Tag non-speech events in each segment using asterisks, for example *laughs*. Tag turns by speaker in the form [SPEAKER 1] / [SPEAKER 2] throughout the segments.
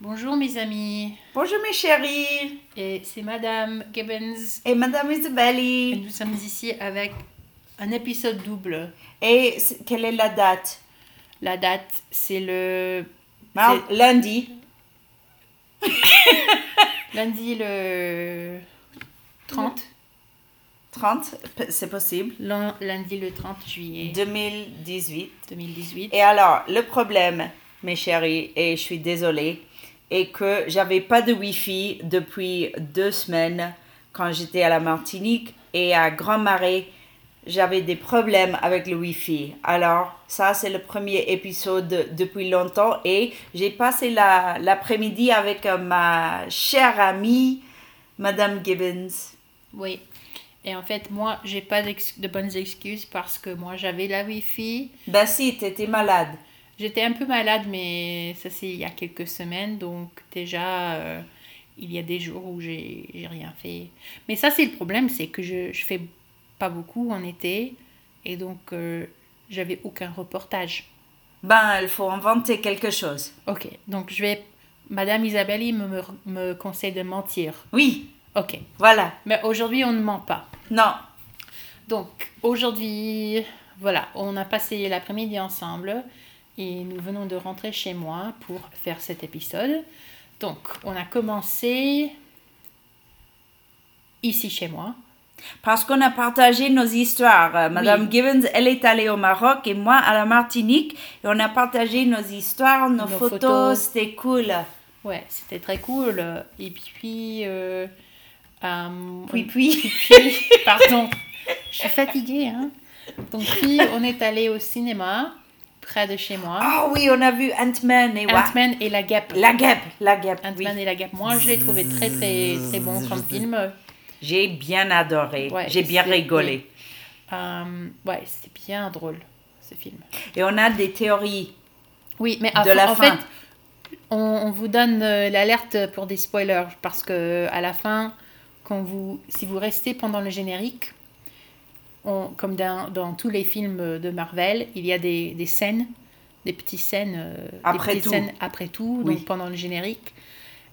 [SPEAKER 1] Bonjour mes amis,
[SPEAKER 2] Bonjour mes chéris
[SPEAKER 1] et c'est Madame Gibbons
[SPEAKER 2] et Madame
[SPEAKER 1] et
[SPEAKER 2] Isabelle.
[SPEAKER 1] nous sommes ici avec un épisode double.
[SPEAKER 2] Et c- quelle est la date
[SPEAKER 1] La date, c'est le
[SPEAKER 2] Mar- Lundi.
[SPEAKER 1] lundi le 30,
[SPEAKER 2] 30, p- c'est possible.
[SPEAKER 1] Lun- lundi le 30 juillet
[SPEAKER 2] 2018.
[SPEAKER 1] 2018.
[SPEAKER 2] Et alors, le problème, mes chéris, et je suis désolée, est que j'avais pas de Wi-Fi depuis deux semaines quand j'étais à la Martinique et à Grand Marais. J'avais des problèmes avec le Wi-Fi. Alors, ça, c'est le premier épisode depuis longtemps et j'ai passé la- l'après-midi avec euh, ma chère amie, Madame Gibbons.
[SPEAKER 1] Oui. Et en fait, moi, j'ai pas d'ex- de bonnes excuses parce que moi, j'avais la Wi-Fi.
[SPEAKER 2] Ben si, t'étais malade.
[SPEAKER 1] J'étais un peu malade, mais ça, c'est il y a quelques semaines. Donc, déjà, euh, il y a des jours où j'ai j'ai rien fait. Mais ça, c'est le problème, c'est que je, je fais pas beaucoup en été. Et donc, euh, j'avais aucun reportage.
[SPEAKER 2] Ben, il faut inventer quelque chose.
[SPEAKER 1] Ok, donc je vais. Madame Isabelle il me, me, me conseille de mentir.
[SPEAKER 2] Oui,
[SPEAKER 1] Ok,
[SPEAKER 2] voilà.
[SPEAKER 1] mais aujourd'hui, on ne ment pas.
[SPEAKER 2] Non,
[SPEAKER 1] Donc aujourd'hui, voilà, on a passé l'après-midi ensemble et nous venons de rentrer chez moi pour faire cet épisode. Donc on a commencé ici chez moi.
[SPEAKER 2] Parce qu'on a partagé nos histoires. Euh, Madame Gibbons, elle est allée au Maroc et moi à la Martinique. Et on a partagé nos histoires, nos,
[SPEAKER 1] Nos
[SPEAKER 2] photos.
[SPEAKER 1] photos. Ah.
[SPEAKER 2] C'était cool.
[SPEAKER 1] Ouais, c'était très cool. Et puis, euh, euh,
[SPEAKER 2] Puis,
[SPEAKER 1] on-
[SPEAKER 2] puis.
[SPEAKER 1] puis, pardon, je suis fatiguée. Hein? Donc puis on est allé au cinéma près de chez moi.
[SPEAKER 2] Ah oui, on a vu Ant-Man et Wasp.
[SPEAKER 1] Ant-Man et la guêpe.
[SPEAKER 2] La guêpe, la guêpe. oui.
[SPEAKER 1] Ant-Man et la guêpe. Moi, je l'ai trouvé très très très bon comme film.
[SPEAKER 2] J'ai bien adoré.
[SPEAKER 1] Ouais,
[SPEAKER 2] J'ai bien
[SPEAKER 1] c'est-
[SPEAKER 2] rigolé.
[SPEAKER 1] Euh, ouais, c'est bien drôle, ce film.
[SPEAKER 2] Et on a des théories.
[SPEAKER 1] Oui, mais
[SPEAKER 2] De
[SPEAKER 1] à-
[SPEAKER 2] la
[SPEAKER 1] en
[SPEAKER 2] fin.
[SPEAKER 1] fait, on, on vous donne euh, l'alerte pour des spoilers parce que à la fin, quand vous, si vous restez pendant le générique, on- comme dans, dans tous les films de Marvel, il y a des, des scènes, des petites scènes, euh, des
[SPEAKER 2] Après
[SPEAKER 1] petites
[SPEAKER 2] tout.
[SPEAKER 1] scènes après tout,
[SPEAKER 2] Oui.
[SPEAKER 1] donc pendant le générique.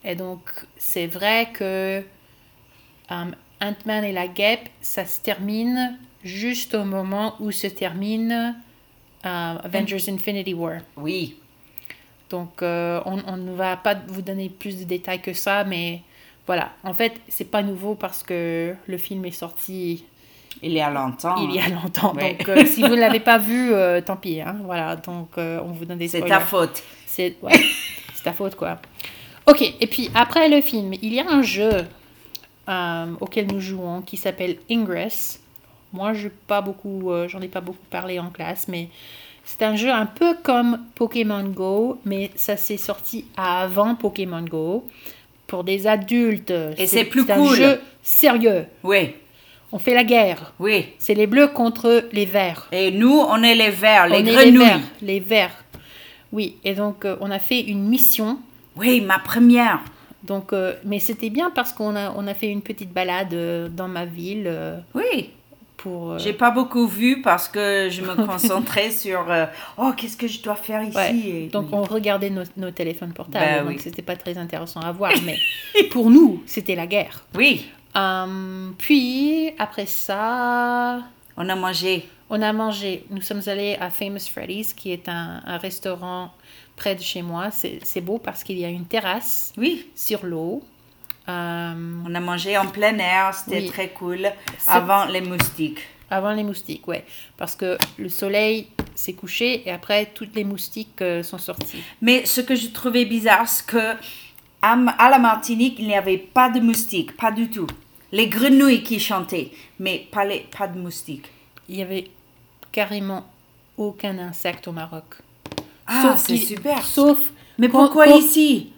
[SPEAKER 1] Et donc, c'est vrai que euh, Ant-Man et la guêpe, ça se termine juste au moment où se termine euh, Avengers Infinity War.
[SPEAKER 2] Oui.
[SPEAKER 1] Donc, euh, on, on ne va pas vous donner plus de détails que ça, mais voilà. En fait, c'est pas nouveau parce que le film est sorti
[SPEAKER 2] Il y a longtemps.
[SPEAKER 1] il y a longtemps.
[SPEAKER 2] Ah. Ouais.
[SPEAKER 1] Donc, euh, si vous ne l'avez pas vu, euh, tant pis. hein. Voilà, donc euh, on vous donne des
[SPEAKER 2] C'est
[SPEAKER 1] spoilers.
[SPEAKER 2] ta faute.
[SPEAKER 1] C'est
[SPEAKER 2] *laughs*
[SPEAKER 1] ouais, c'est ta faute, quoi. Ok, et puis après le film, il y a un jeu euh, auquel nous jouons qui s'appelle Ingress. Moi, je pas beaucoup, euh, j'en ai pas beaucoup parlé en classe, mais c'est un jeu un peu comme Pokémon Go, mais ça s'est sorti avant Pokémon Go pour des adultes.
[SPEAKER 2] Et c'est plus
[SPEAKER 1] un
[SPEAKER 2] cool.
[SPEAKER 1] jeu sérieux.
[SPEAKER 2] Oui,
[SPEAKER 1] On fait la guerre.
[SPEAKER 2] oui.
[SPEAKER 1] C'est les bleus contre les verts.
[SPEAKER 2] Et nous, on est les verts, les
[SPEAKER 1] On est
[SPEAKER 2] grenouilles.
[SPEAKER 1] verts, les verts. Oui, et donc euh, on a fait une mission
[SPEAKER 2] Oui, ma première.
[SPEAKER 1] donc, euh, mais c'était bien parce qu'on a, on a fait une petite balade euh, dans ma ville euh,
[SPEAKER 2] Oui.
[SPEAKER 1] pour. euh,
[SPEAKER 2] J'ai pas beaucoup vu parce que
[SPEAKER 1] *laughs*
[SPEAKER 2] je me concentrais sur euh, oh qu'est-ce que je dois faire ici
[SPEAKER 1] ouais.
[SPEAKER 2] et-
[SPEAKER 1] Donc on regardait nos, nos téléphones portables,
[SPEAKER 2] Bah
[SPEAKER 1] donc
[SPEAKER 2] oui.
[SPEAKER 1] c'était pas très intéressant à voir, mais *laughs* pour nous c'était la guerre.
[SPEAKER 2] oui
[SPEAKER 1] Euh, puis après ça,
[SPEAKER 2] on a mangé
[SPEAKER 1] on a mangé. Nous sommes allés à Famous Freddy's, qui est un, un restaurant près de chez moi. C'est c'est beau parce qu'il y a une terrasse
[SPEAKER 2] oui
[SPEAKER 1] sur l'eau. Euh,
[SPEAKER 2] on a mangé en plein air c'était
[SPEAKER 1] Oui.
[SPEAKER 2] très cool
[SPEAKER 1] C'est-
[SPEAKER 2] avant les moustiques
[SPEAKER 1] Avant les moustiques, ouais. Parce que le soleil s'est couché et après, toutes les moustiques euh, sont sorties.
[SPEAKER 2] mais ce que je trouvais bizarre c'est que à, M- à la Martinique il n'y avait pas de moustiques pas du tout les grenouilles qui chantaient mais pas les pas de moustiques
[SPEAKER 1] Il y avait carrément aucun insecte au Maroc.
[SPEAKER 2] ah
[SPEAKER 1] Sauf
[SPEAKER 2] c'est
[SPEAKER 1] qu'il-
[SPEAKER 2] super
[SPEAKER 1] Sauf
[SPEAKER 2] mais
[SPEAKER 1] quand-
[SPEAKER 2] pourquoi
[SPEAKER 1] quand-
[SPEAKER 2] ici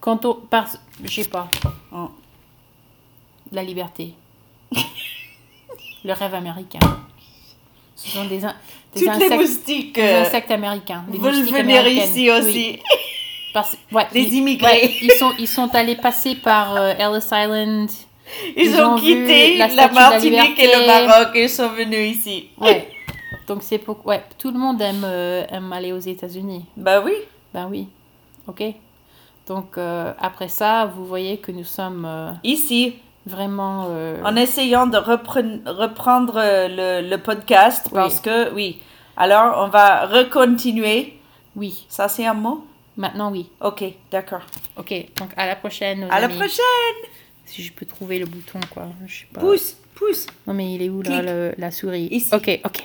[SPEAKER 1] quand on... Parce, je sais pas,
[SPEAKER 2] Oh,
[SPEAKER 1] la liberté. le rêve américain. Ce sont des, in- des
[SPEAKER 2] toutes les
[SPEAKER 1] insectes...
[SPEAKER 2] moustiques
[SPEAKER 1] des
[SPEAKER 2] euh,
[SPEAKER 1] insectes américains. des
[SPEAKER 2] veulent
[SPEAKER 1] moustiques
[SPEAKER 2] venir
[SPEAKER 1] américaines. Oui,
[SPEAKER 2] ici aussi
[SPEAKER 1] parce- ouais,
[SPEAKER 2] Les
[SPEAKER 1] ils-
[SPEAKER 2] immigrés.
[SPEAKER 1] ouais, ils, sont, ils sont allés passer par euh, Ellis Island,
[SPEAKER 2] Ils,
[SPEAKER 1] Ils
[SPEAKER 2] ont,
[SPEAKER 1] ont vu
[SPEAKER 2] quitté
[SPEAKER 1] la
[SPEAKER 2] la,
[SPEAKER 1] Statue de la
[SPEAKER 2] Martinique et
[SPEAKER 1] Liberté.
[SPEAKER 2] le Maroc et sont venus ici. *laughs*
[SPEAKER 1] Ouais. Donc c'est pour ouais, tout le monde aime, euh, aime aller aux États-Unis.
[SPEAKER 2] Bah oui.
[SPEAKER 1] Ben oui. OK. Donc euh, après ça, vous voyez que nous sommes euh,
[SPEAKER 2] Ici,
[SPEAKER 1] vraiment... euh,
[SPEAKER 2] en essayant de repren- reprendre le, le podcast, parce que oui. Alors, on va recontinuer.
[SPEAKER 1] Oui,
[SPEAKER 2] Ça, c'est un mot
[SPEAKER 1] maintenant oui.
[SPEAKER 2] Ok, d'accord.
[SPEAKER 1] Ok, donc à la prochaine. nos
[SPEAKER 2] À la
[SPEAKER 1] amis.
[SPEAKER 2] prochaine
[SPEAKER 1] Si je peux trouver le bouton, quoi. Je sais pas.
[SPEAKER 2] Pousse, pousse
[SPEAKER 1] Non, mais il est où là
[SPEAKER 2] Clique.
[SPEAKER 1] le- la souris
[SPEAKER 2] Ici.
[SPEAKER 1] Ok, ok.